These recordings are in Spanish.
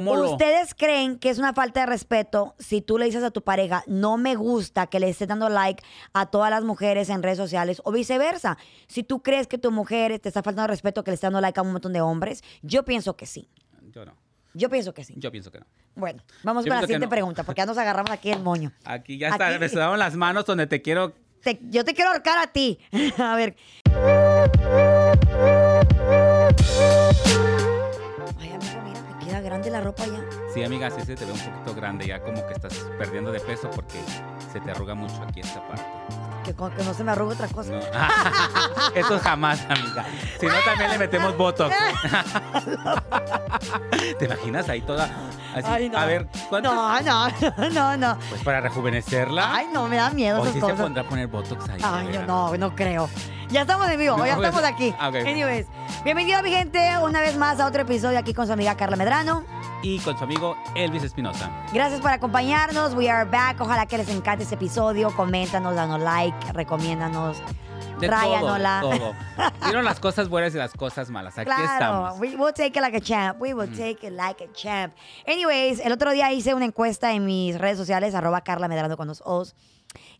¿Cómo lo- ¿Ustedes creen que es una falta de respeto si tú le dices a tu pareja, no me gusta que le estés dando like a todas las mujeres en redes sociales o viceversa? Si tú crees que tu mujer te está faltando respeto que le está dando like a un montón de hombres, yo pienso que sí. Yo no. Yo pienso que sí. Yo pienso que no. Bueno, vamos Yo con pienso la que siguiente no. pregunta porque ya nos agarramos aquí el moño. Aquí ya está, Aquí- me sudaron las manos donde te quiero. Te- yo te quiero ahorcar a ti. a ver. Ay, amigo, mira, me queda grande la ropa ya. Sí, amiga, sí se te ve un poquito grande, ya como que estás perdiendo de peso porque se te arruga mucho aquí esta parte. Que, con- que no se me arrugue otra cosa. No. Eso jamás, amiga. Si no, también le metemos botox. ¿Te imaginas ahí toda? así? Ay, no. A ver, ¿cuántos? No, no, no, no. Pues para rejuvenecerla. Ay, no, me da miedo o esas si se cosas. pondrá a poner botox ahí. Ay, de yo veras. no, no creo. Ya estamos en vivo, No, ya pues, estamos aquí. ok. Anyways, bienvenido mi gente una vez más a otro episodio aquí con su amiga Carla Medrano. Y con su amigo Elvis Espinosa. Gracias por acompañarnos. We are back. Ojalá que les encante este episodio. Coméntanos, danos like, recomiéndanos. De Tráianola. todo, todo. Vieron las cosas buenas y las cosas malas. Aquí Claro, estamos. Mm. we will take it like a champ. We will take it like a champ. Anyways, el otro día hice una encuesta en mis redes sociales, arroba Carla Medrano con los O's,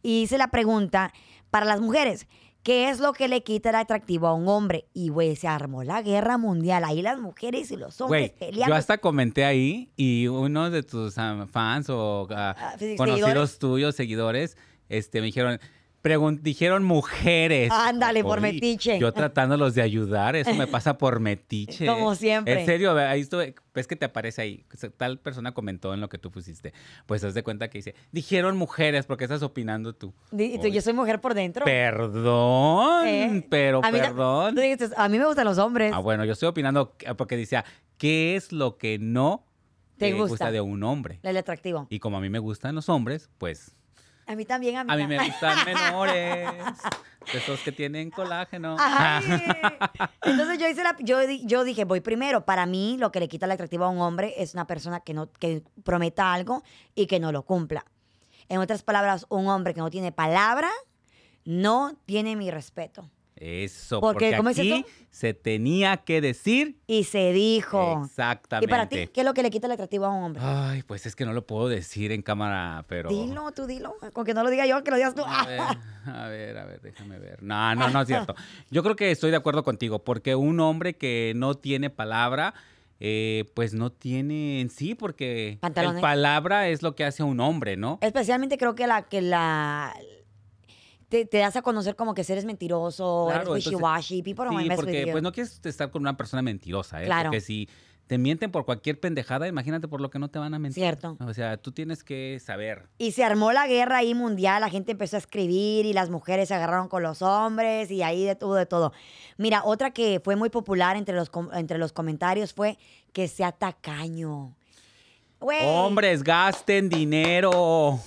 y hice la pregunta para las mujeres. ¿Qué es lo que le quita el atractivo a un hombre? Y, güey, se armó la guerra mundial. Ahí las mujeres y los hombres Güey, peleando. yo hasta comenté ahí y uno de tus ah, fans o ah, Ah, sí, conocidos seguidores. tuyos, seguidores, este, me dijeron, pregun- dijeron mujeres. Ándale, por Oye, metiche. Yo tratándolos de ayudar, eso me pasa por metiche. Como siempre. En serio, ahí estuve- ves que te aparece ahí, que se- tal persona comentó en lo que tú pusiste. Pues haz de cuenta que dice, dijeron mujeres, porque estás opinando tú. Di- y tú, Oye, yo soy mujer por dentro. Perdón, ¿Eh? pero A mí ta- perdón. tú dijiste, a mí me gustan los hombres. Ah, bueno, yo estoy opinando que- ah, porque decía, ¿qué es lo que no Te te, gusta. gusta. de un hombre? El atractivo. Y como a mí me gustan los hombres, pues A mí también, amiga. a mí me gustan menores, de esos que tienen colágeno. Ay. Ah. Entonces yo hice la, yo, di- yo dije, voy primero. Para mí, lo que le quita el atractivo a un hombre es una persona que no, que prometa algo y que no lo cumpla. En otras palabras, un hombre que no tiene palabra no tiene mi respeto. Eso, Porque, porque, ¿cómo es aquí eso? se tenía que decir Y se dijo. exactamente. ¿Y para ti qué es lo que le quita el atractivo a un hombre? Ay, pues es que no lo puedo decir en cámara, pero... Dilo, tú dilo. Con que no lo diga yo, que lo digas tú. Ah. A ver, a ver, a ver, déjame ver. No, no, no es cierto. Yo creo que estoy de acuerdo contigo, porque un hombre que no tiene palabra, eh, pues no tiene en sí, porque Pantalones. el palabra es lo que hace a un hombre, ¿no? Especialmente creo que la que la te, te das a conocer como que si eres mentiroso, Claro, eres entonces- wishy-washy, people don't sí, mess with porque you. pues no quieres estar con una persona mentirosa, ¿eh? Claro. Porque si te mienten por cualquier pendejada, imagínate por lo que no te van a mentir. Cierto. O sea, tú tienes que saber. Y se armó la guerra ahí mundial, la gente empezó a escribir y las mujeres se agarraron con los hombres y ahí de todo, de todo. Mira, otra que fue muy popular entre los, com- entre los comentarios fue que sea tacaño. Güey, Hombres, gasten dinero.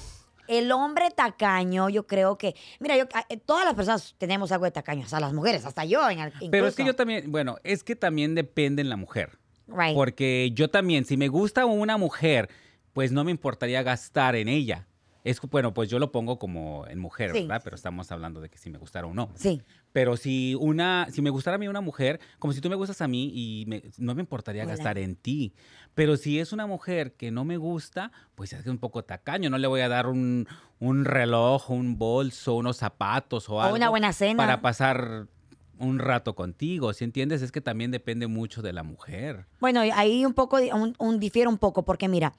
El hombre tacaño, yo creo que. Mira, yo, a- eh, todas las personas tenemos algo de tacaño, hasta las mujeres, hasta yo. en- Pero es que yo incluso. también, bueno, es que también depende en la mujer. Right. Porque yo también, si me gusta una mujer, pues no me importaría gastar en ella. Es bueno, pues yo lo pongo como en mujer, Sí, ¿verdad? sí, Pero estamos hablando de que si me gustara o no. Sí. Pero si una, si me gustara a mí una mujer, como si tú me gustas a mí y me- no me importaría Hola. gastar en ti. Pero si es una mujer que no me gusta, pues es que un poco tacaño. No le voy a dar un, un reloj, un bolso, unos zapatos o O algo. una buena cena. Para pasar un rato contigo, si entiendes? Es que también depende mucho de la mujer. Bueno, y ahí un poco, di- un, un- difiere un poco, porque mira,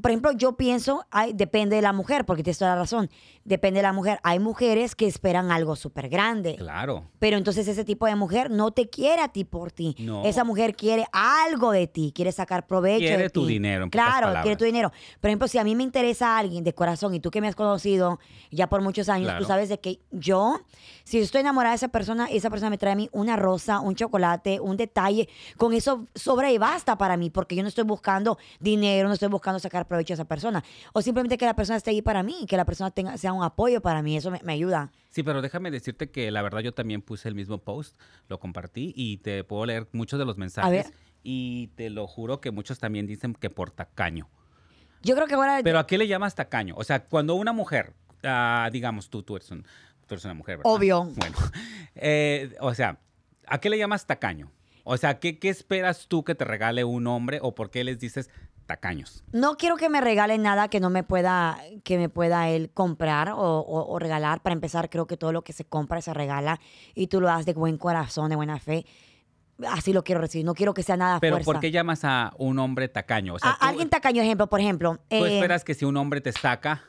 por ejemplo, yo pienso, ay, depende de la mujer, porque tienes toda la razón, depende de la mujer. Hay mujeres que esperan algo súper grande, Claro. pero entonces ese tipo de mujer no te quiere a ti por ti. No. Esa mujer quiere algo de ti, quiere sacar provecho. Quiere de tu ti. dinero, en pocas Claro, palabras. quiere tu dinero. Por ejemplo, si a mí me interesa alguien de corazón y tú que me has conocido ya por muchos años, tú Claro. sabes de que yo, si estoy enamorada de esa persona, esa persona me trae a mí una rosa, un chocolate, un detalle, con eso sobra y basta para mí, porque yo no estoy buscando dinero, no estoy buscando sacar provecho a esa persona. O simplemente que la persona esté ahí para mí, que la persona tenga, sea un apoyo para mí, eso me, me ayuda. Sí, pero déjame decirte que la verdad yo también puse el mismo post, lo compartí y te puedo leer muchos de los mensajes. ver. Y te lo juro que muchos también dicen que por tacaño. Yo creo que ahora... Pero ¿a qué le llamas tacaño? O sea, cuando una mujer, ah, digamos tú, tú eres, un- tú eres una mujer, ¿verdad? Obvio. Bueno, eh, o sea, ¿a qué le llamas tacaño? O sea, ¿qué, ¿qué esperas tú que te regale un hombre o por qué les dices tacaños? No quiero que me regalen nada que no me pueda, que me pueda él comprar o, o- o regalar. Para empezar, creo que todo lo que se compra se regala y tú lo das de buen corazón, de buena fe. Así lo quiero recibir. No quiero que sea nada Pero fuerza. ¿por qué llamas a un hombre tacaño? O sea, A- tú- alguien tacaño, ejemplo, por ejemplo. tú eh, esperas que si un hombre te saca,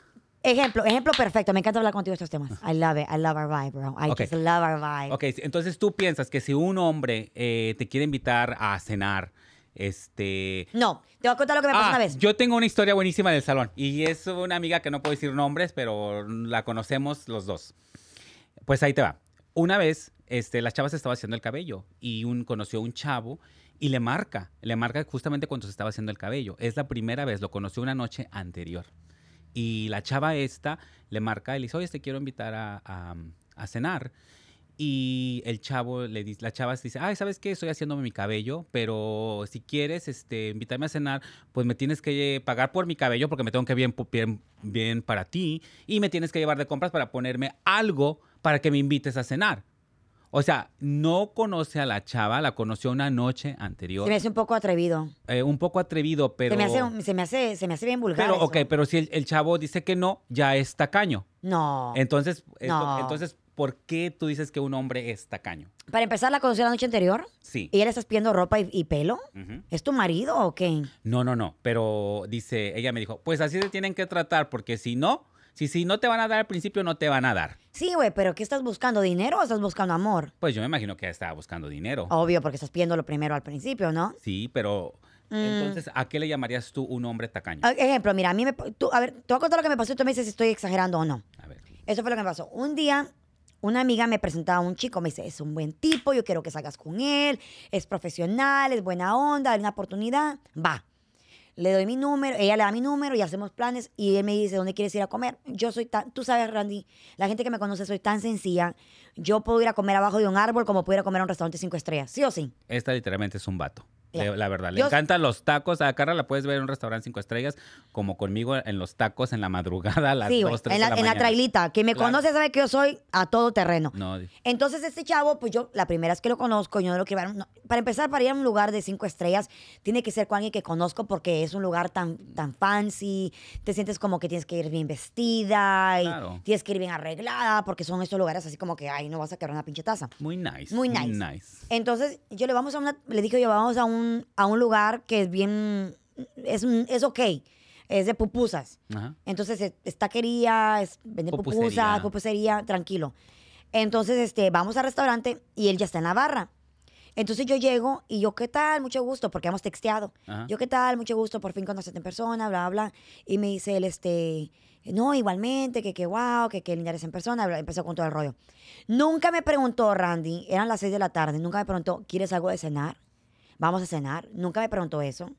Ejemplo, ejemplo perfecto. Me encanta hablar contigo de estos temas. I love it. I love our vibe, bro. I Ok. just love our vibe. Ok, si- entonces tú piensas que si un hombre eh, te quiere invitar a cenar, este... No, te voy a contar lo que me pasó Ah, pues, una vez. yo tengo una historia buenísima del salón y es una amiga que no puedo decir nombres, pero la conocemos los dos. Pues ahí te va. Una vez, este, la chava se estaba haciendo el cabello y un, conoció a un chavo y le marca, le marca justamente cuando se estaba haciendo el cabello. Es la primera vez, lo conoció una noche anterior. Y la chava esta le marca, y le dice, oye, te quiero invitar a, a- a cenar. Y el chavo le dice, la chava se dice, ay, ¿sabes qué? Estoy haciéndome mi cabello, pero si quieres este, invitarme a cenar, pues me tienes que pagar por mi cabello porque me tengo que bien, bien, bien para ti y me tienes que llevar de compras para ponerme algo para que me invites a cenar. O sea, no conoce a la chava, la conoció una noche Se anterior. me hace un poco atrevido. Eh, un poco atrevido, pero... Se, me hace, un- se, me hace, se me hace bien vulgar. Pero, eso. ok, pero si el, el chavo dice que no, ya es tacaño. No. Entonces, es lo- No. entonces, ¿por qué tú dices que un hombre es tacaño? Para empezar, la conocí la noche anterior Sí. y ya le estás pidiendo ropa y, y pelo. Ujú. ¿Es tu marido o qué? No, no, no. Pero dice, ella me dijo, pues así se tienen que tratar, porque si no, si, si no te van a dar al principio, no te van a dar. Sí, güey, pero ¿qué estás buscando? ¿Dinero o estás buscando amor? Pues yo me imagino que estaba buscando dinero. Obvio, porque estás pidiendo lo primero al principio, ¿no? Sí, pero Mm. entonces, ¿a qué le llamarías tú un hombre tacaño? Ah, Ejemplo, mira, a mí me. tú- a ver, te voy a contar lo que me pasó y tú me dices si estoy exagerando o no. A ver. Eso fue lo que me pasó. Un día, una amiga me presentaba a un chico, me dice, es un buen tipo, yo quiero que salgas con él, es profesional, es buena onda, hay una oportunidad, va. Le doy mi número, ella le da mi número y hacemos planes y él me dice, ¿dónde quieres ir a comer? Yo soy tan, tú sabes, Randy, la gente que me conoce soy tan sencilla, yo puedo ir a comer abajo de un árbol como puedo ir a comer a un restaurante cinco estrellas, sí o sí. Esta literalmente es un vato. Ya. Le- La verdad, le Yo- encantan los tacos. A Carla la puedes ver en un restaurante cinco estrellas, como conmigo en los tacos en la madrugada a las sí, güey, dos, tres de en la, la en la mañana. trailita, que me Claro. conoce sabe que yo soy a todo terreno. No, di- Entonces, este chavo, pues yo, la primera vez que lo conozco, yo no lo quiero llevar- no. Para empezar, para ir a un lugar de cinco estrellas, tiene que ser con alguien que conozco porque es un lugar tan, tan fancy. Te sientes como que tienes que ir bien vestida y Claro. tienes que ir bien arreglada porque son estos lugares así como que, ay, no vas a quebrar una pinche taza. muy nice. Muy nice. Entonces, yo le vamos a una, le dije yo, vamos a un, a un lugar que es bien, es, un- es ok, es de pupusas. Ajá. Entonces, es- es taquería, es vender Pupusería. pupusas, pupusería, tranquilo. Entonces, este, vamos al restaurante y él ya está en la barra. Entonces yo llego y yo, ¿qué tal? Mucho gusto, porque hemos texteado. Ajá. Yo, ¿qué tal? Mucho gusto, por fin conocerte en persona, bla, bla. Y me dice él, este, no, igualmente, que qué guau, que qué linda eres en persona, bla, empezó con todo el rollo. Nunca me preguntó, Randy, eran las 6 de la tarde, nunca me preguntó, ¿quieres algo de cenar? Vamos a cenar. Nunca me preguntó eso.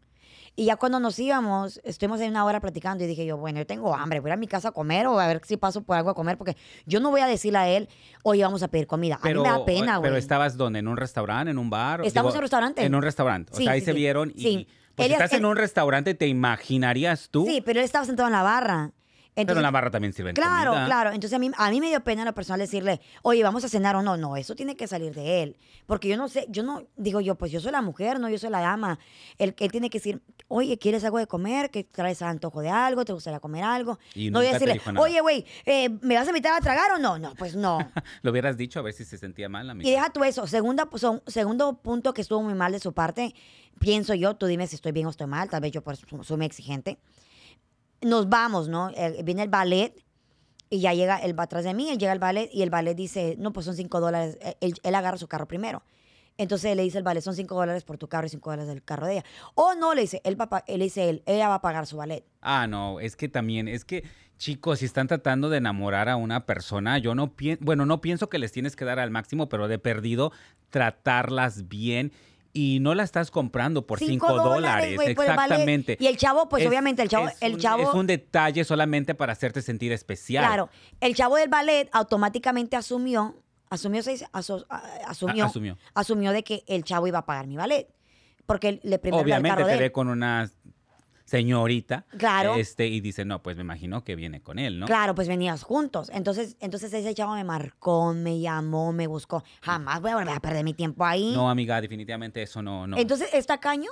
Y ya cuando nos íbamos, estuvimos ahí una hora platicando y dije yo, bueno, yo tengo hambre, voy a ir a mi casa a comer o a ver si paso por algo a comer, porque yo no voy a decirle a él, hoy vamos a pedir comida. Pero, a mí me da pena, güey. Pero estabas donde? ¿En un restaurante? ¿En un bar? Estábamos en un restaurante. En un restaurante. O Sí, sea, ahí sí, se sí. vieron y. Sí. Pues Él- si estás él- en un restaurante, ¿te imaginarías tú? Sí, pero él estaba sentado en la barra. pero Entonces, en la barra también sirven Claro, comida. claro. Entonces a mí, a mí me dio pena en lo personal decirle, oye, vamos a cenar o no. No, eso tiene que salir de él. Porque yo no sé, yo no, digo yo, pues yo soy la mujer, no, yo soy la dama. Él, él tiene que decir, oye, ¿quieres algo de comer? ¿Que traes antojo de algo? ¿Te gustaría comer algo? Y no voy a nunca te decirle, dijo nada. oye, güey, eh, ¿me vas a invitar a tragar o no? No, pues no. Lo hubieras dicho a ver si se sentía mal, amiga. Y deja tú eso. Segunda, pues, son- segundo punto que estuvo muy mal de su parte, pienso yo, tú dime si estoy bien o estoy mal, tal vez yo por eso soy muy exigente. Nos vamos, ¿no? Eh, viene el ballet y ya llega, él va atrás de mí, él llega el ballet y el ballet dice, no, pues son cinco dólares. Eh, Él, él agarra su carro primero. Entonces le dice el ballet, son cinco dólares por tu carro y cinco dólares del carro de ella. O no, le dice, él, va a pa- él dice él, ella va a pagar su ballet. Ah, no, es que también, es que, chicos, si están tratando de enamorar a una persona, yo no pienso, bueno, no pienso que les tienes que dar al máximo, pero de perdido, tratarlas bien y no la estás comprando por cinco dólares. güey, pues, por el ballet. exactamente. Y el chavo, pues Es- obviamente, el chavo, es el un- chavo. Es un detalle solamente para hacerte sentir especial. Claro, el chavo del ballet automáticamente asumió, asumió, se dice, Aso- a- asumió, A- asumió. asumió de que el chavo iba a pagar mi ballet. Porque él- le primero le da el Obviamente carro te de él. ve con una señorita. Claro. Este, y dice, no, pues me imagino que viene con él, ¿no? Claro, pues venías juntos. Entonces, entonces ese chavo me marcó, me llamó, me buscó. Jamás voy a volver a perder mi tiempo ahí. No, amiga, definitivamente eso no, no. Entonces, ¿es tacaño?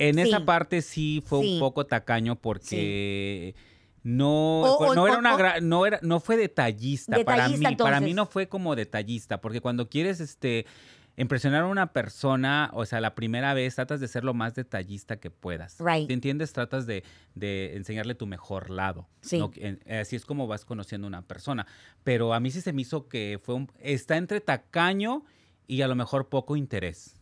en sí. esa parte sí fue Sí. un poco tacaño porque no, O- fue- o- no era o- una o- gra- no era, no fue detallista, para mí. Detallista, Para mí entonces. no fue como detallista, porque cuando quieres este impresionar a una persona, o sea, la primera vez tratas de ser lo más detallista que puedas. Right. ¿Te entiendes? Tratas de, de enseñarle tu mejor lado. Sí. ¿no? En- Así es como vas conociendo a una persona. Pero a mí sí se me hizo que fue un, está entre tacaño y a lo mejor poco interés.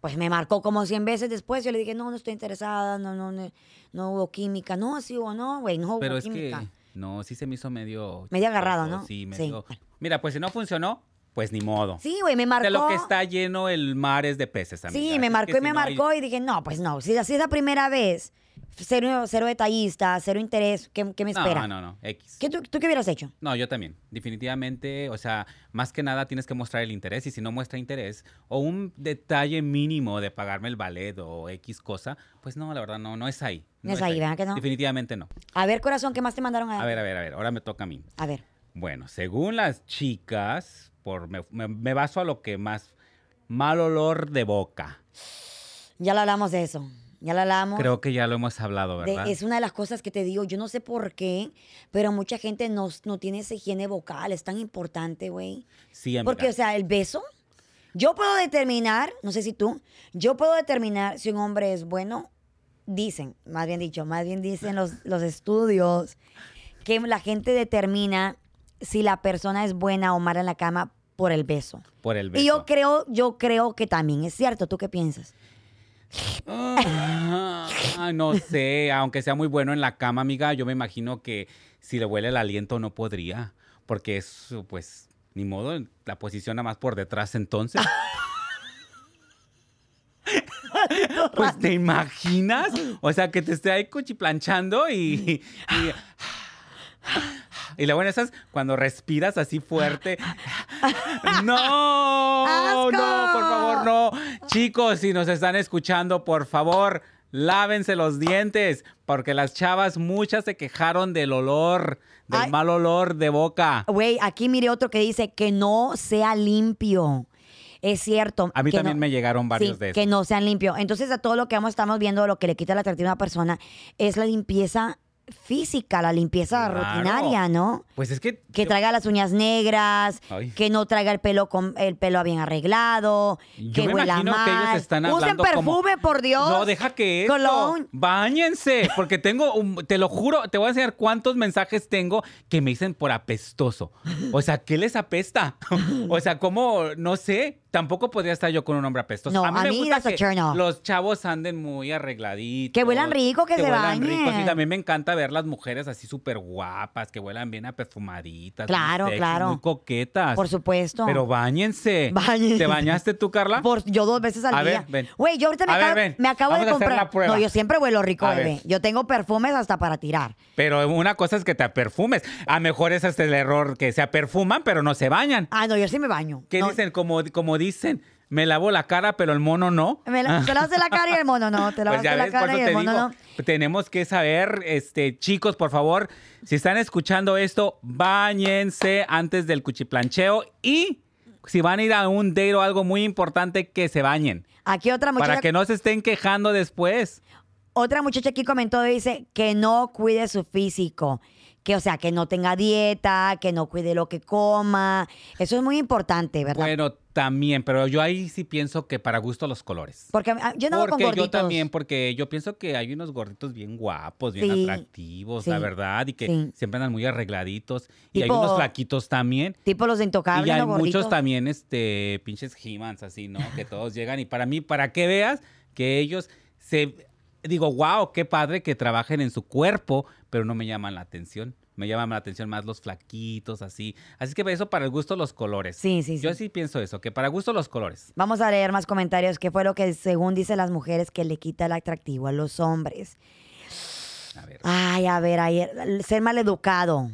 Pues me marcó como 100 veces después. Yo le dije, no, no estoy interesada, no, no, no, no hubo química. No, sí o no, güey, no hubo Pero es química. que no, sí se me hizo medio Medio agarrado, ¿no? Sí, Sí. medio. Mira, pues si no funcionó, pues ni modo. Sí, güey, me marcó. de lo que está lleno el mar es de peces, amiga. Así Sí, es que me marcó y si me no hay- marcó y dije, no, pues no, si así es la primera vez, cero, cero detallista, cero interés, ¿qué, qué me espera? No, no, no, X. ¿Qué tú, tú qué hubieras hecho? No, yo también. Definitivamente, o sea, más que nada tienes que mostrar el interés y si no muestra interés o un detalle mínimo de pagarme el ballet o X cosa, pues no, la verdad no, no es ahí. No es ahí, ¿verdad que no? Ah. Definitivamente no. A ver, corazón, ¿qué más te mandaron a, A ver, a ver, a ver, ahora me toca a mí. A ver. Bueno, según las chicas, por me, me- me baso a lo que más mal olor de boca. Ya lo hablamos de eso. Ya lo hablamos. Creo que ya lo hemos hablado, de- ¿verdad? es una de las cosas que te digo, yo no sé por qué, pero mucha gente no, no tiene esa higiene vocal, es tan importante, güey. Sí, amiga. Porque, o sea, el beso, yo puedo determinar, no sé si tú, yo puedo determinar si un hombre es bueno, dicen, más bien dicho, más bien dicen los, los estudios, que la gente determina si la persona es buena o mala en la cama por el beso. por el beso. Y yo creo, yo creo que también es cierto. ¿Tú qué piensas? Ah, no sé, aunque sea muy bueno en la cama, amiga, yo me imagino que si le huele el aliento no podría, porque es, pues, ni modo, la posición nada más por detrás entonces. pues, ¿te imaginas? O sea, que te esté ahí cuchiplanchando y... y y luego en esas, cuando respiras así fuerte. ¡No! ¡Asco! No, por favor, no. Chicos, si nos están escuchando, por favor, lávense los dientes. Porque las chavas, muchas se quejaron del olor, del Ay. mal olor de boca. Güey, aquí mire otro que dice que no sea limpio. Es cierto. A mí que también no- me llegaron varios Sí, de esos. que no sean limpios. Entonces, a todo lo que vamos, estamos viendo, lo que le quita el atractivo a una persona es la limpieza física, la limpieza Claro. rutinaria, ¿no? Pues es que. Que yo- traiga las uñas negras, Ay. que no traiga el pelo con el pelo bien arreglado, Yo que me huela imagino mal. que ellos están Usen hablando como- perfume, por Dios. No, deja que esto. Cologne. Báñense, porque tengo, un- te lo juro, te voy a enseñar cuántos mensajes tengo que me dicen por apestoso. O sea, ¿qué les apesta? O sea, ¿cómo? No sé, tampoco podría estar yo con un hombre apestoso. No, a mí that's a que turn off. los chavos anden muy arregladitos. Que huelan rico, que se huelan bañen. ricos. Y también me encanta ver las mujeres así súper guapas, que huelan bien a perfumaditas. muy Claro, sexy, claro. Muy coquetas. Por supuesto. Pero bañense. Báñense. ¿Te bañaste tú, Carla? Por- yo dos veces al A ver, día. ven. Güey, yo ahorita me A ver, acabo, ven. me acabo Vamos de a hacer comprar. la prueba. No, yo siempre huelo rico, A bebé. ver. Yo tengo perfumes hasta para tirar. Pero una cosa es que te perfumes. A lo mejor ese es el error, que se perfuman, pero no se bañan. Ah, no, yo sí me baño. ¿Qué No, dicen? Como, como dicen, me lavo la cara, pero el mono no. Me la, te lavas de la cara y el mono no. Te lavas Ah. Pues ya de la ves, por cara y eso el te mono digo, no. tenemos que saber, este, chicos, por favor, si están escuchando esto, bañense antes del cuchiplancheo y si van a ir a un date o algo muy importante, que se bañen. Aquí otra muchacha, Para que no se estén quejando después. otra muchacha aquí comentó y dice que no cuide su físico. Que, o sea, que no tenga dieta, que no cuide lo que coma. Eso es muy importante, ¿verdad? Bueno, también, pero yo ahí sí pienso que para gusto los colores. Porque ah, yo no con Pues, Porque gorditos. yo también, porque yo pienso que hay unos gorditos bien guapos, bien Sí, atractivos, sí, la verdad, y que sí. siempre andan muy arregladitos. Y hay Tipo- unos flaquitos también. Tipo los de Y intocables, hay ¿no? gorditos. muchos también, este, pinches he-mans así, ¿no? Que todos llegan. Y para mí, para que veas que ellos se. Digo, wow, qué padre que trabajen en su cuerpo, pero no me llaman la atención. Me llaman la atención más los flaquitos, así. Así que eso para el gusto los colores. Sí, sí, sí. Yo sí pienso eso, que para gusto los colores. Vamos a leer más comentarios. ¿Qué fue lo que, según dicen las mujeres, que le quita el atractivo a los hombres? A ver. Ay, a ver, ayer, ser maleducado.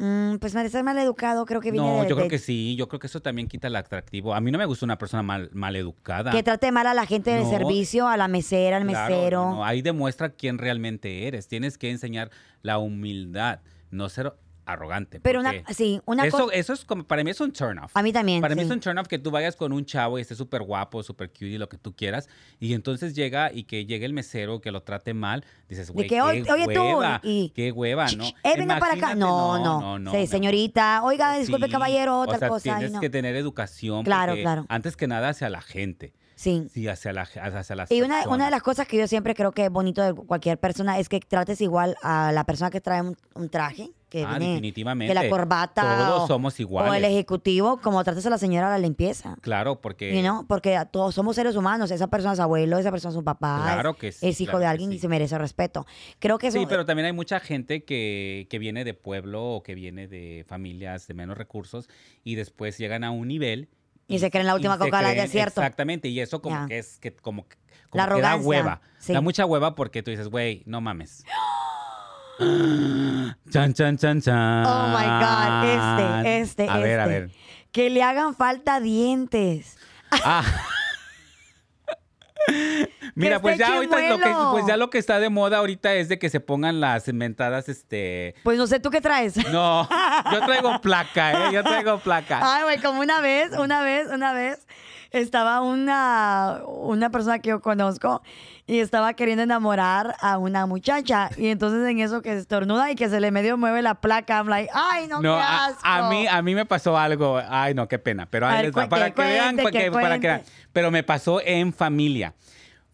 Mm, pues ser mal educado creo que viene No, de- yo creo de- que sí, yo creo que eso también quita el atractivo. A mí no me gusta una persona mal, educada. que trate mal a la gente del No. servicio, a la mesera, al Claro, mesero. no, ahí demuestra quién realmente eres. Tienes que enseñar la humildad, no ser arrogante. Pero una, porque sí, una eso, cosa. eso es como, para mí es un turn off. A mí también. Para mí es sí. un turn off que tú vayas con un chavo y esté súper guapo, súper cute y lo que tú quieras. Y entonces llega y que llegue el mesero, que lo trate mal. Dices, güey, que, qué "Oye, oye, tú", hueva, y- qué hueva, ¿no? Eh, venga para acá. Imagínate, No, no. Sí, mi amor. señorita, oiga, disculpe, Sí, caballero, o otra sea, cosa. Tienes y no. que tener educación. Claro, porque claro. Antes que nada hacia la gente. Sí. Sí, hacia, la, hacia las Y una, una personas. Ah, de las cosas que yo siempre creo que es bonito de cualquier persona es que trates igual a la persona que trae un, un traje, que Ah, viene- definitivamente. que la corbata Todos o- somos o el iguales. ejecutivo, como trates a la señora de la limpieza. claro, porque. You know, Porque a todos somos seres humanos. Esa persona es abuelo, esa persona es un papá. Claro es- que sí, Es hijo claro de que alguien y sí. se merece respeto. Creo que eso. Sí, pero también hay mucha gente que, que viene de pueblo o que viene de familias de menos recursos y después llegan a un nivel. Y se creen la se última coca del creen- desierto. Exactamente, y eso como Ya. que es que como, que- La como que da arrogancia, hueva. sí. Da mucha hueva porque tú dices, güey, no mames. chan, chan, chan, chan. Oh my God, este, este, A ver, a este. ver. Que le hagan falta dientes. Ah. Mira, esté pues ya ahorita lo que, chimuelo. pues ya lo que está de moda ahorita es de que se pongan las inventadas, este, Pues no sé tú qué traes. no, yo traigo placa, ¿eh? Yo traigo placa. Ay, Ah, güey, como una vez, una vez, una vez, estaba una, una persona que yo conozco y estaba queriendo enamorar a una muchacha. Y entonces en eso que estornuda y que se le medio mueve la placa, I'm like, ay, no, No, qué a, asco. a mí, a mí me pasó algo. Ay, no, qué pena. Pero A ahí ver, les va, cuente, para que vean, cuente, para que que, para que vean. Pero me pasó en familia.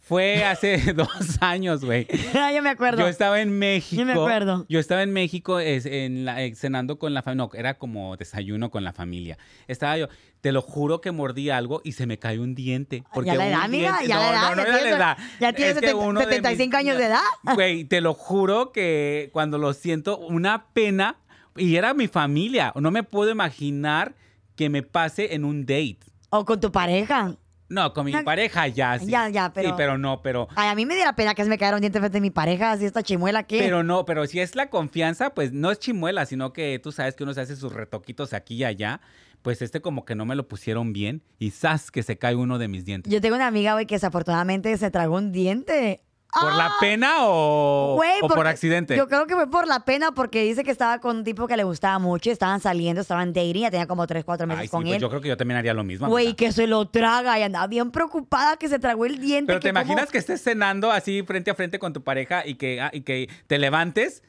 Fue hace dos años, güey. Ah, yo me acuerdo. Yo estaba en México. Yo me acuerdo. Yo estaba en México es, en la- eh, cenando con la familia. No, era como desayuno con la familia. Estaba yo, te lo juro que mordí algo y se me cayó un diente. Porque Ah, ya la un edad, amiga, diente- ya la no, edad. no, no ya era la tienes- edad. Ya tienes Es que 70 uno de mis- 75 años de edad. Güey, te lo juro que cuando lo siento, una pena. Y era mi familia. No me puedo imaginar que me pase en un date. O con tu pareja. No, con mi No, pareja ya. Sí. ya, ya, pero- Sí, pero no, pero. Ay, a mí me diera pena que se me cayera un diente frente a mi pareja, así esta chimuela que. Pero no, pero si es la confianza, pues no es chimuela, sino que tú sabes que uno se hace sus retoquitos aquí y allá. Pues este como que no me lo pusieron bien y ¡zas! que se cae uno de mis dientes. Yo tengo una amiga, güey, que desafortunadamente se tragó un diente. ¿Por la pena o, ¡ah! Güey, o por porque- accidente? Yo creo que fue por la pena porque dice que estaba con un tipo que le gustaba mucho, y estaban saliendo, estaban dating, ya tenía como 3, 4 meses Ay, sí, con pues él. yo creo que yo también haría lo mismo. Güey, amiga. que se lo traga y andaba bien preocupada que se tragó el diente. Pero que te cómo- imaginas que estés cenando así frente a frente con tu pareja y que, ah, y que te levantes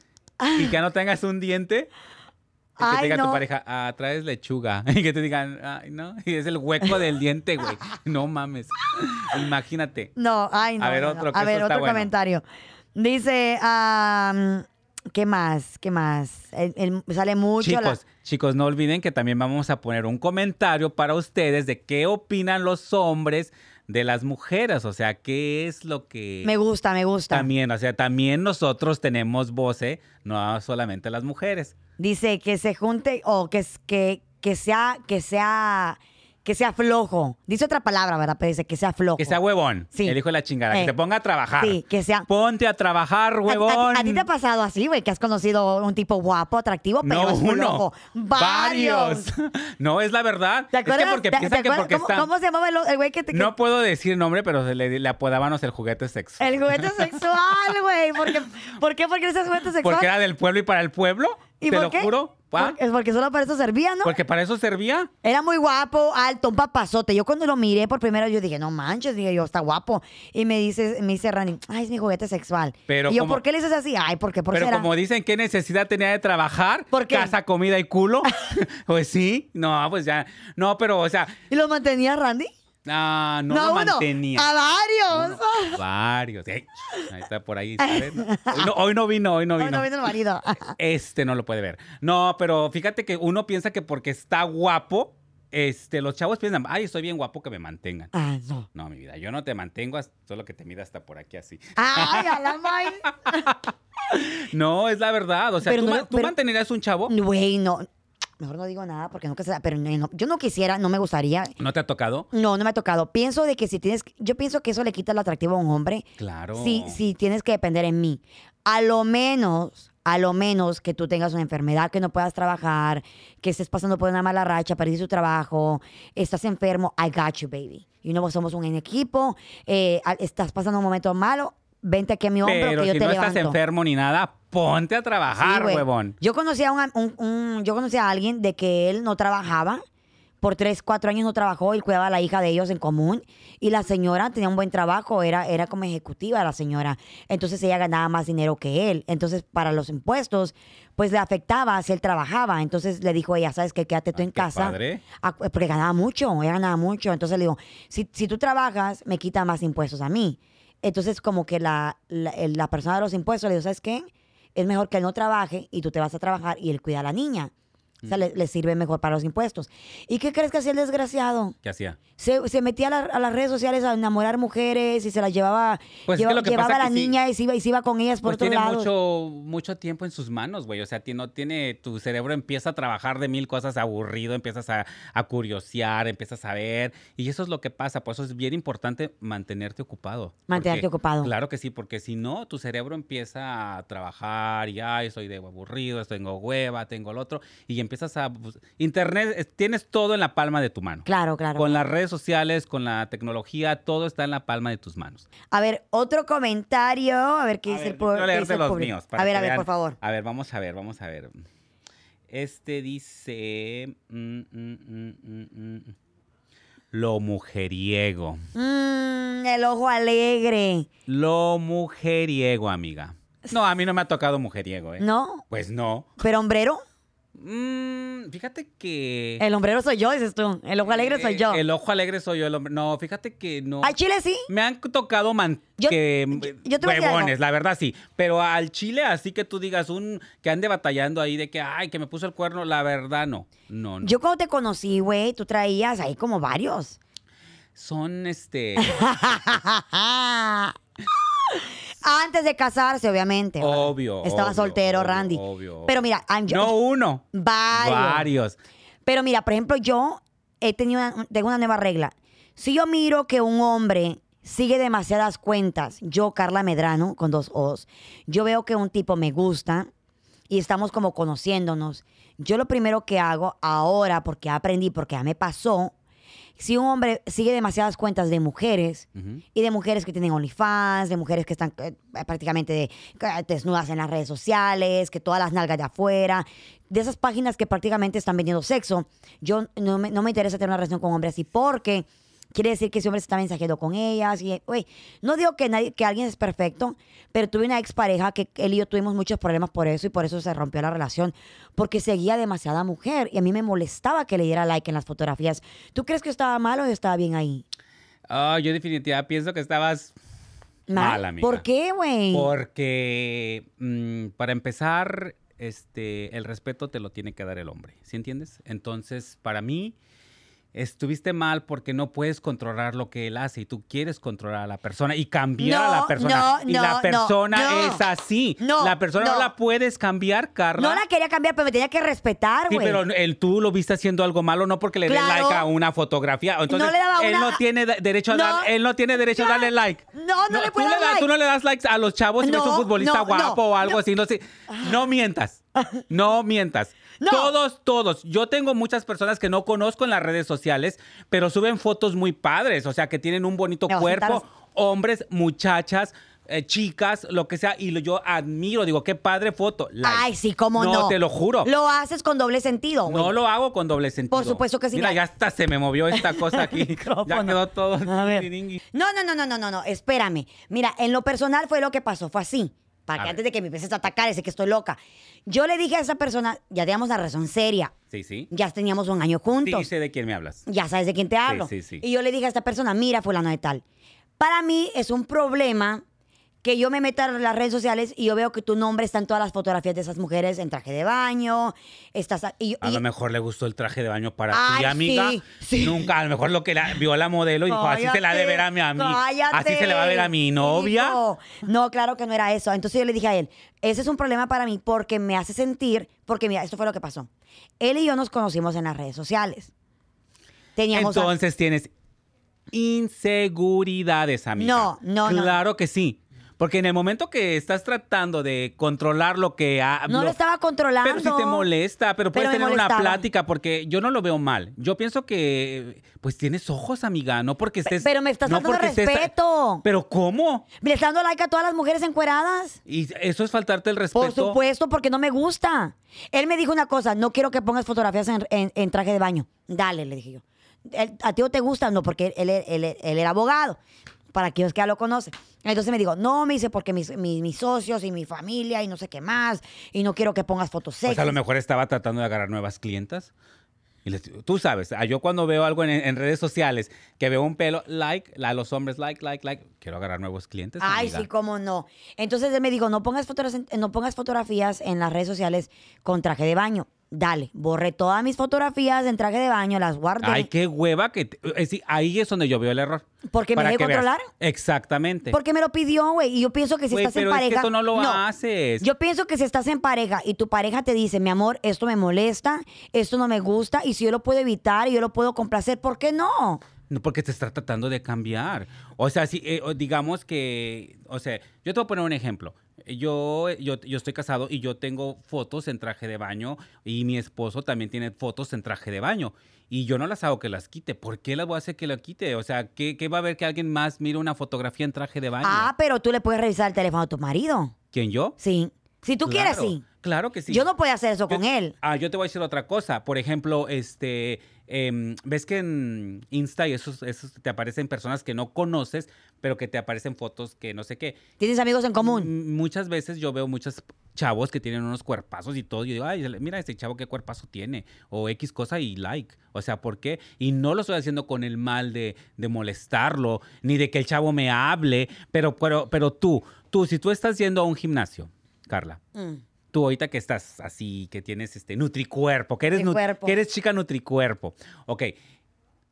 y que ya no tengas un diente. Y que Ay, te diga no. tu pareja, ah, traes lechuga. Y que te digan, ay, no. Y es el hueco del diente, güey. No mames. Imagínate. No, ay, no. A ver, no, no. otro, que A eso ver, está otro bueno. comentario. Dice, am, ¿qué más? ¿Qué más? El- el- sale mucho. la- Chicos, chicos, no olviden que también vamos a poner un comentario para ustedes de qué opinan los hombres de las mujeres. O sea, qué es lo que. Me gusta, me gusta. También, o sea, también nosotros tenemos voz, ¿eh? no solamente las mujeres. Dice que se junte o que, es- que, que sea, que sea, que sea flojo. Dice otra palabra, ¿verdad? Pero dice que sea flojo. Que sea huevón. Sí. El hijo de la chingada. Eh. Que te ponga a trabajar. Sí, que sea. Ponte a trabajar, ¿A- a ti- huevón. ¿A, ti te ha pasado así, güey? Que has conocido un tipo guapo, atractivo, pero no es uno, flojo. Varios. No, es la verdad. ¿Te Es acuerdas? que porque ¿Te- piensan te que acuerdas? porque ¿Cómo, están- cómo se llamaba el, el güey que te... que- No puedo decir nombre, pero se le, le apodábamos el juguete sexual. El juguete sexual, güey. ¿Por qué? ¿Por qué? ¿Por qué eres juguete sexual? Porque era del pueblo y para el pueblo. ¿Y te por lo qué? juro. ¿pa? Por- es porque solo para eso servía, ¿no? Porque para eso servía. Era muy guapo, alto, un papazote. Yo cuando lo miré por primera vez, yo dije, no manches, dije yo, está guapo. Y me dice, me dice Randy, ay, es mi juguete sexual. Pero y yo, como- ¿por qué le dices así? Ay, porque por Pero será? como dicen, ¿qué necesidad tenía de trabajar? ¿Por qué? Casa, comida y culo. pues sí. No, pues ya. No, pero, o sea, ¿Y lo mantenía Randy? ah, no, a lo uno, mantenía. A varios. Uno, varios. Ey, ahí está por ahí. ¿sabes? No, Hoy, no, hoy no vino, hoy no Ay, vino. no viene el marido. Este no lo puede ver. No, pero fíjate que uno piensa que porque está guapo, este, los chavos piensan, ay, estoy bien guapo que me mantengan. Ah, no. No, mi vida, yo no te mantengo, hasta- solo que te mida hasta por aquí así. Ay, a la madre. No, es la verdad. O sea, Pero ¿tú, no ma- lo- Mm. tú pero- mantenerías un chavo? Güey, no. Mejor no digo nada porque nunca se da. Pero no, yo no quisiera, no me gustaría. ¿No te ha tocado? No, no me ha tocado. Pienso de que si tienes. Yo pienso que eso le quita el atractivo a un hombre. Claro. Sí, sí, tienes que depender en mí. A lo menos, a lo menos que tú tengas una enfermedad, que no puedas trabajar, que estés pasando por una mala racha, perdiste tu trabajo, estás enfermo, I got you, baby. Y no somos un equipo, eh, a- estás pasando un momento malo, vente aquí a mi hombro Pero que yo si te no levanto. estás enfermo ni nada, ponte a Sí, trabajar, güey. huevón. Yo conocí a, un am- un- un- yo conocí a alguien de que él no trabajaba. Por tres, cuatro años no trabajó, él cuidaba a la hija de ellos en común. Y la señora tenía un buen trabajo, era, era como ejecutiva la señora. Entonces ella ganaba más dinero que él. Entonces para los impuestos, pues le afectaba si él trabajaba. Entonces le dijo ella, ¿sabes qué? Quédate tú Ah, en qué casa. padre. Ah, Porque ganaba mucho, ella ganaba mucho. Entonces le digo, si, si tú trabajas, me quita más impuestos a mí. Entonces como que la, la, el- la persona de los impuestos le digo, ¿sabes qué? Es mejor que él no trabaje y tú te vas a trabajar y él cuida a la niña. O Mm. sea, le, le sirve mejor para los impuestos. ¿Y qué crees que hacía el desgraciado? ¿Qué hacía? Se, se metía a, la- a las redes sociales a enamorar mujeres y se las llevaba, Pues es lleva- que lo que llevaba pasa a la que sí. niña y, se iba, y se iba con ellas por Pues todos tiene lados. mucho, mucho tiempo en sus manos, güey. O sea, ti- no tiene, tu cerebro empieza a trabajar de mil cosas aburrido, empiezas a, a curiosear, empiezas a ver. Y eso es lo que pasa. Por eso es bien importante mantenerte ocupado. Mantenerte Porque- ocupado. Claro que sí, porque si no, tu cerebro empieza a trabajar y, ay, soy de aburrido, tengo hueva, tengo el otro. Y empiezas a... pues, Internet, es- tienes todo en la palma de tu mano. Claro, claro. Con las redes sociales, con la tecnología, todo está en la palma de tus manos. A ver, otro comentario. A ver qué A dice ver, yo el pobre. quiero leerte los míos para A ver, que a ver, vean. por favor. A ver, vamos a ver, vamos a ver. Este dice. mm, mm, mm, mm, mm. Lo mujeriego. Mm, el ojo alegre. Lo mujeriego, amiga. No, a mí no me ha tocado mujeriego, ¿eh? ¿No? Pues no. ¿Pero hombrero? Mm, fíjate que. El hombrero soy yo, dices tú. El ojo alegre soy yo. Eh, El ojo alegre soy yo, el hombre. No, fíjate que no. ¿Al chile sí? Me han tocado man Yo- que yo- yo te voy a decir huevones, algo. la verdad sí. Pero al Chile, así que tú digas un que ande batallando ahí de que ay, que me puso el cuerno, la verdad no. No, no. Yo cuando te conocí, güey, tú traías ahí como varios. Son este Antes de casarse, obviamente. obvio. Estaba obvio, soltero, obvio, Randy. Obvio. Pero mira, I'm- no uno, varios. varios. Pero mira, por ejemplo, yo he tenido una- tengo una nueva regla. Si yo miro que un hombre sigue demasiadas cuentas, yo, Carla Medrano, con dos O's, yo veo que un tipo me gusta y estamos como conociéndonos. Yo lo primero que hago ahora, porque aprendí, porque ya me pasó, si un hombre sigue demasiadas cuentas de mujeres, Ujú. y de mujeres que tienen OnlyFans, de mujeres que están eh, prácticamente de- eh, desnudas en las redes sociales, que todas las nalgas de afuera, de esas páginas que prácticamente están vendiendo sexo. Yo no me, no me interesa tener una relación con hombres así porque quiere decir que ese hombre se está mensajeando con ellas. Y, güey, no digo que, nadie, que alguien es perfecto, pero tuve una expareja que él y yo tuvimos muchos problemas por eso y por eso se rompió la relación, porque seguía demasiada mujer y a mí me molestaba que le diera like en las fotografías. ¿Tú crees que estaba mal o yo estaba bien ahí? Ah, yo definitivamente pienso que estabas mal, amiga. ¿Por qué, güey? Porque mm, para empezar, este, el respeto te lo tiene que dar el hombre, ¿sí entiendes? Entonces, para mí, estuviste mal porque no puedes controlar lo que él hace y tú quieres controlar a la persona y cambiar a No, la persona. no, y no, no, la persona no. es así. No, la persona no. no. la puedes cambiar, Carla. No la quería cambiar, pero me tenía que respetar, Sí, güey. pero el, tú lo viste haciendo algo malo, no porque le des Claro. like a una fotografía. Entonces, No le daba él una- no tiene da- derecho a No. dar- él no tiene derecho a darle like. No, no le puedo tú dar das- like. Tú no le das likes a los chavos si no, es No, un futbolista no, guapo no, o algo así. No, sé. no mientas. No mientas. No. Todos, todos. Yo tengo muchas personas que no conozco en las redes sociales, pero suben fotos muy padres. O sea, que tienen un bonito Me vas a cuerpo. sentar. Hombres, muchachas. eh, chicas, lo que sea, y lo- yo admiro, digo, qué padre foto. like. Ay, sí, cómo no. No, te lo juro. Lo haces con doble sentido, güey. No lo hago con doble sentido. Por supuesto que sí, Mira, mira. ya hasta se me movió esta cosa aquí. ya micrófono. quedó todo. A ver. tiringui. No, no, no, no, no, no, no, espérame. Mira, en lo personal fue lo que pasó, fue así. Para A que ver. antes de que me empieces a atacar, ese que estoy loca. Yo le dije a esa persona, ya teníamos la razón seria. Sí, sí. Ya teníamos un año Sí, juntos. sé de quién me hablas. Ya sabes de quién te hablo. sí, sí. Y yo le dije a esta persona, mira, fulano de tal. Para mí es un problema que yo me meta a las redes sociales y yo veo que tu nombre está en todas las fotografías de esas mujeres en traje de baño, estás... a- y yo- A y- lo mejor le gustó el traje de baño para Ay, ti, amiga. sí, sí. Nunca, a lo mejor lo que la, vio la modelo y dijo, así se la ha de Cállate, ver a mi amiga. cállate, Así se le va a ver a mi novia. hijo. No, claro que no era eso. Entonces yo le dije a él, ese es un problema para mí porque me hace sentir, porque mira, esto fue lo que pasó. Él y yo nos conocimos en las redes sociales. Teníamos... a- Entonces tienes inseguridades, amiga. No, no, no. Claro que sí. Porque en el momento que estás tratando de controlar lo que... ha- No lo estaba controlando. Pero si te molesta, pero puedes Pero me tener una molestaba. plática, porque yo no lo veo mal. Yo pienso que, pues tienes ojos, amiga, no porque estés... pero me estás no faltando porque de estés- respeto. ¿Pero cómo? ¿Le estás dando like a todas las mujeres encueradas? Y eso es faltarte el respeto. Por supuesto, porque no me gusta. Él me dijo una cosa, no quiero que pongas fotografías en, en- en traje de baño. Dale, le dije yo. "Él- ¿A ti no te gusta? No, porque él, él- él- él era abogado, para aquellos que ya lo conocen. Entonces me dijo, no, me dice, porque mis, mis- mis socios y mi familia y no sé qué más, y no quiero que pongas fotos Pues sexy. a lo mejor estaba tratando de agarrar nuevas clientas. Y les- tú sabes, ah, yo cuando veo algo en, en redes sociales que veo un pelo, like, a los hombres, like, like, like, quiero agarrar nuevos clientes. Ay, amiga. sí, cómo no. Entonces él me dijo, no pongas, fotografías en, no pongas fotografías en las redes sociales con traje de baño. Dale, borré todas mis fotografías en traje de baño, las guardé. Ay, qué hueva que... te- eh, sí, ahí es donde yo veo el error. Porque me Para dejé que veas. controlar. Exactamente. Porque me lo pidió, güey. Y yo pienso que si Güey, estás pero en es que pareja. eso no lo haces. Yo pienso que si estás en pareja y tu pareja te dice, mi amor, esto me molesta, esto no me gusta, y si yo lo puedo evitar y yo lo puedo complacer, ¿por qué no? No, porque te está tratando de cambiar. O sea, si, eh, o digamos que, o sea, yo te voy a poner un ejemplo. Yo, yo, yo estoy casado y yo tengo fotos en traje de baño y mi esposo también tiene fotos en traje de baño. Y yo no las hago que las quite. ¿Por qué las voy a hacer que las quite? O sea, ¿qué, qué va a haber que alguien más mire una fotografía en traje de baño? Ah, pero tú le puedes revisar el teléfono a tu marido. ¿Quién yo? Sí. Si tú quieres, Claro, sí. Claro que sí. Yo no puedo hacer eso con Yo- él. Ah, yo te voy a decir otra cosa. Por ejemplo, este, em, ves que en Insta y esos, esos te aparecen personas que no conoces, pero que te aparecen fotos que no sé qué. Tienes amigos en común. M- Muchas veces yo veo muchos chavos que tienen unos cuerpazos y todo. Y yo digo, ay, mira este chavo qué cuerpazo tiene. O X cosa y like. O sea, ¿por qué? Y no lo estoy haciendo con el mal de, de molestarlo, ni de que el chavo me hable. Pero, pero, pero tú, tú, si tú estás yendo a un gimnasio, Carla, Mm. tú ahorita que estás así, que tienes este nutricuerpo, que eres, nu- Nutricuerpo. que eres chica nutricuerpo. Ok,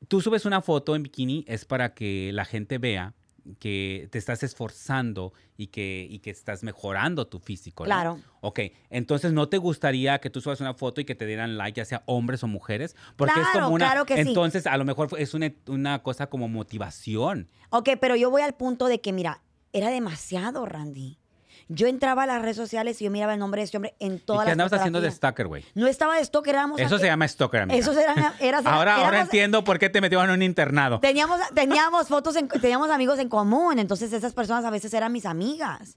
tú subes una foto en bikini, es para que la gente vea que te estás esforzando y que, y que estás mejorando tu físico. ¿no? Claro. Ok, entonces no te gustaría que tú subas una foto y que te dieran like, ya sea hombres o mujeres, porque es Claro, como una... claro que sí. entonces a lo mejor fue- es una, una cosa como motivación. Ok, pero yo voy al punto de que, mira, era demasiado, Randy. Yo entraba a las redes sociales y yo miraba el nombre de este hombre en todas ¿Y las qué andabas haciendo de fotografías. stalker, güey? No estaba de stalker, éramos... Eso se llama stalker, amiga. Eso era, era- ahora, ahora éramos- entiendo por qué te metieron en un internado. Teníamos, teníamos fotos, en- teníamos amigos en común, entonces esas personas a veces eran mis amigas.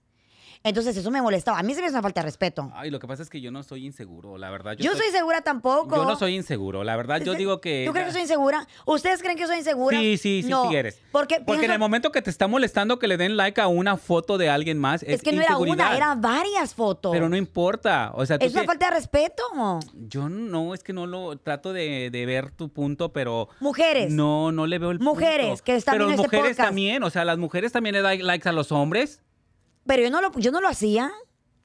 Entonces eso me molestaba. A mí se me hace una falta de respeto. Ay, lo que pasa es que yo no soy inseguro, la verdad. Yo, soy segura tampoco. Yo no soy inseguro, la verdad. Yo Este- digo que. ¿Tú crees que soy insegura? ¿Ustedes creen que soy insegura? Sí, sí, sí, no, sí eres. Porque Porque, en pienso- el momento que te está molestando que le den like a una foto de alguien más, es, es, que no era inseguridad. una, eran varias fotos. Pero no importa. O sea, tú es una tie- falta de respeto. Yo no, es que no lo trato de, de ver tu punto, pero. Mujeres. No, no le veo el punto. Mujeres que están Pero viendo este mujeres podcast. también, o sea, las mujeres también le dan likes a los hombres. Pero yo no lo, yo no lo hacía.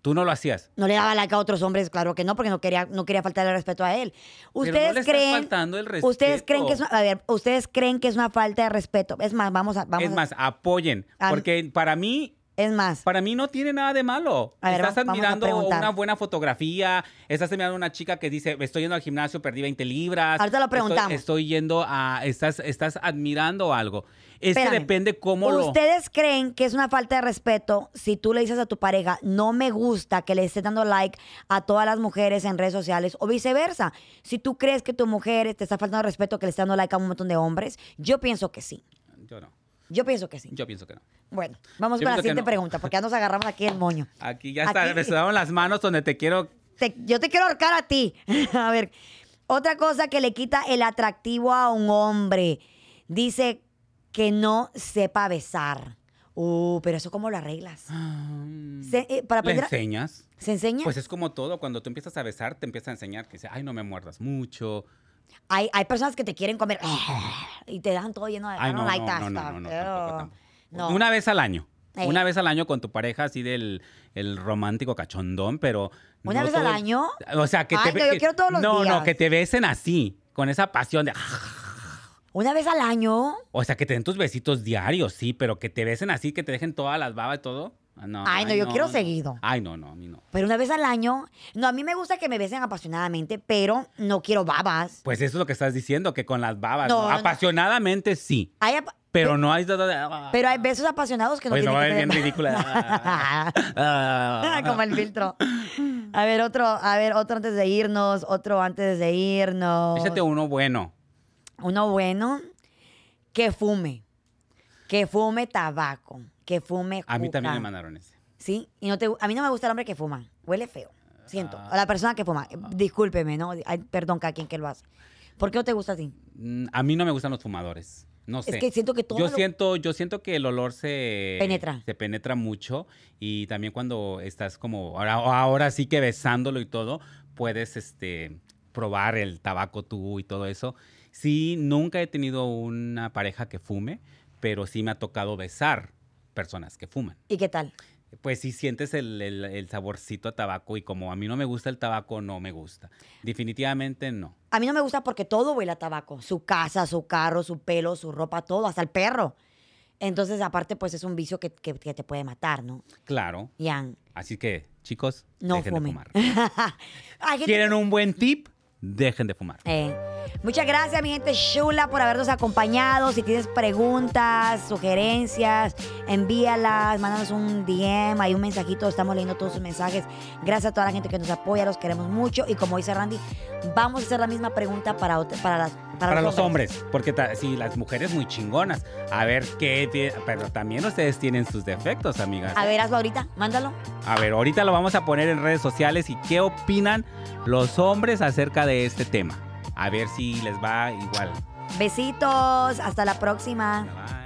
Tú no lo hacías. No le daba like a otros hombres, claro que no, porque no quería, no quería faltar el respeto a él. Ustedes le estás creen. faltando el Ustedes respeto. creen que es una, a ver, ustedes creen que es una falta de respeto. Es más, vamos a. Vamos es a- más, apoyen. Am- Porque para mí, es más. Para mí no tiene nada de malo. A ver, estás va- vamos a admirando preguntar. una buena fotografía, estás admirando una chica que dice, estoy yendo al gimnasio, perdí 20 libras. Ahorita lo estoy- preguntamos. Estoy, yendo a, estás, estás admirando algo. Es Espérame. que depende cómo lo... ¿Ustedes creen que es una falta de respeto si tú le dices a tu pareja, no me gusta que le estés dando like a todas las mujeres en redes sociales o viceversa? Si tú crees que tu mujer te está faltando respeto que le esté dando like a un montón de hombres, yo pienso que sí. Yo no, Yo pienso que sí. yo pienso que no. Bueno, vamos Yo con la pienso que siguiente no. pregunta porque ya nos agarramos aquí el moño. Aquí ya está, Aquí- me sudaron las manos donde te quiero... Te- yo te quiero ahorcar a ti. a ver, otra cosa que le quita el atractivo a un hombre. Dice que no sepa besar. Uh, pero eso cómo lo arreglas. Se- eh, ¿Le para aprender a- enseñas? ¿Se enseña? Pues es como todo, cuando tú empiezas a besar, te empiezas a enseñar que dice, ay, no me muerdas mucho. hay, hay personas que te quieren comer y te dan todo lleno de... Ay, I no, don't like no, that no, no, stuff. no, no, Ew. tampoco, tampoco. No. Una vez al año. Ey. Una vez al año con tu pareja, así del el romántico cachondón, pero. ¿Una no vez al todo el- año? O sea, que Ay, te. no, yo que- quiero todos los no, días. no, que te besen así, con esa pasión de. "Ah", Una vez al año. O sea, que te den tus besitos diarios, sí, pero que te besen así, que te dejen todas las babas y todo. Ah, No, Ay, no, yo quiero seguido. Ay, no, no, a mí no. Pero una vez al año, no, a mí me gusta que me besen apasionadamente, pero no quiero babas. Pues eso es lo que estás diciendo, que con las babas. No, ¿no? no. Apasionadamente sí, Hay ap- pero no hay... "Ah". pero hay besos apasionados que no Pues no, tienen es que bien tener- ridícula. Ah. Como el filtro. A ver, otro, a ver, otro antes de irnos, otro antes de irnos. Échate uno bueno. Uno bueno, que fume. Que fume tabaco. Que fume A mí también juca. me mandaron ese. Sí, y no te, a mí no me gusta el hombre que fuma. Huele feo. Siento. Ah. A la persona que fuma. Discúlpeme, ¿no? Ay, perdón, cada quien que lo hace. ¿Por qué no te gusta a ti? Mm, A mí no me gustan los fumadores. No sé. Es que siento que todo. yo lo- siento, yo siento que el olor se Penetra. se penetra mucho y también cuando estás como ahora, ahora sí que besándolo y todo, puedes este probar el tabaco tú y todo eso. Sí, nunca he tenido una pareja que fume, pero sí me ha tocado besar personas que fuman. ¿Y qué tal? Pues sí sientes el, el- el saborcito a tabaco y como a mí no me gusta el tabaco, no me gusta. Definitivamente no. A mí no me gusta porque todo huele a tabaco. Su casa, su carro, su pelo, su ropa, todo, hasta el perro. Entonces, aparte, pues es un vicio que, que- que te puede matar, ¿no? Claro. Yan. Así que, chicos, No dejen fumen. de fumar. Hay gente- ¿Quieren un buen tip? Dejen de fumar. Eh, Muchas gracias, mi gente chula, por habernos acompañado. Si tienes preguntas, sugerencias, envíalas, mándanos un DM, hay un mensajito, estamos leyendo todos sus mensajes. Gracias a toda la gente que nos apoya, los queremos mucho. Y como dice Randy, vamos a hacer la misma pregunta para, otra- para, las- para, Para, los hombres, porque ta- sí, las mujeres muy chingonas. A ver qué, tie- pero también ustedes tienen sus defectos, amigas. A ver, hazlo ahorita, mándalo. A ver, ahorita lo vamos a poner en redes sociales y qué opinan los hombres acerca de este tema. A ver si les va igual. Besitos, hasta la próxima. Bye.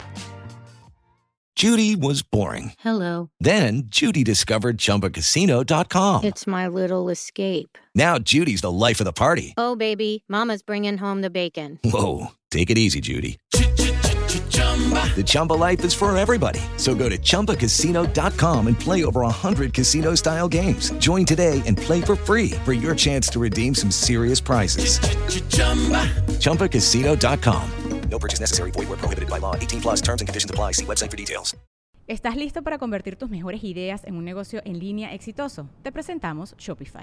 Judy was boring. Hello, Then Judy discovered ChumbaCasino.com. it's my little escape. Now Judy's the life of the party. Oh, baby, Mama's bringing home the bacon. Whoa, take it easy, Judy. The Chumba life is for everybody. So go to ChumbaCasino.com and play over 100 casino style games. Join today and play for free for your chance to redeem some serious prizes. ChumbaCasino.com. No purchase necessary. Void where prohibited by law. 18 plus terms and conditions apply. See website for details. ¿Estás listo para convertir tus mejores ideas en un negocio en línea exitoso? Te presentamos Shopify.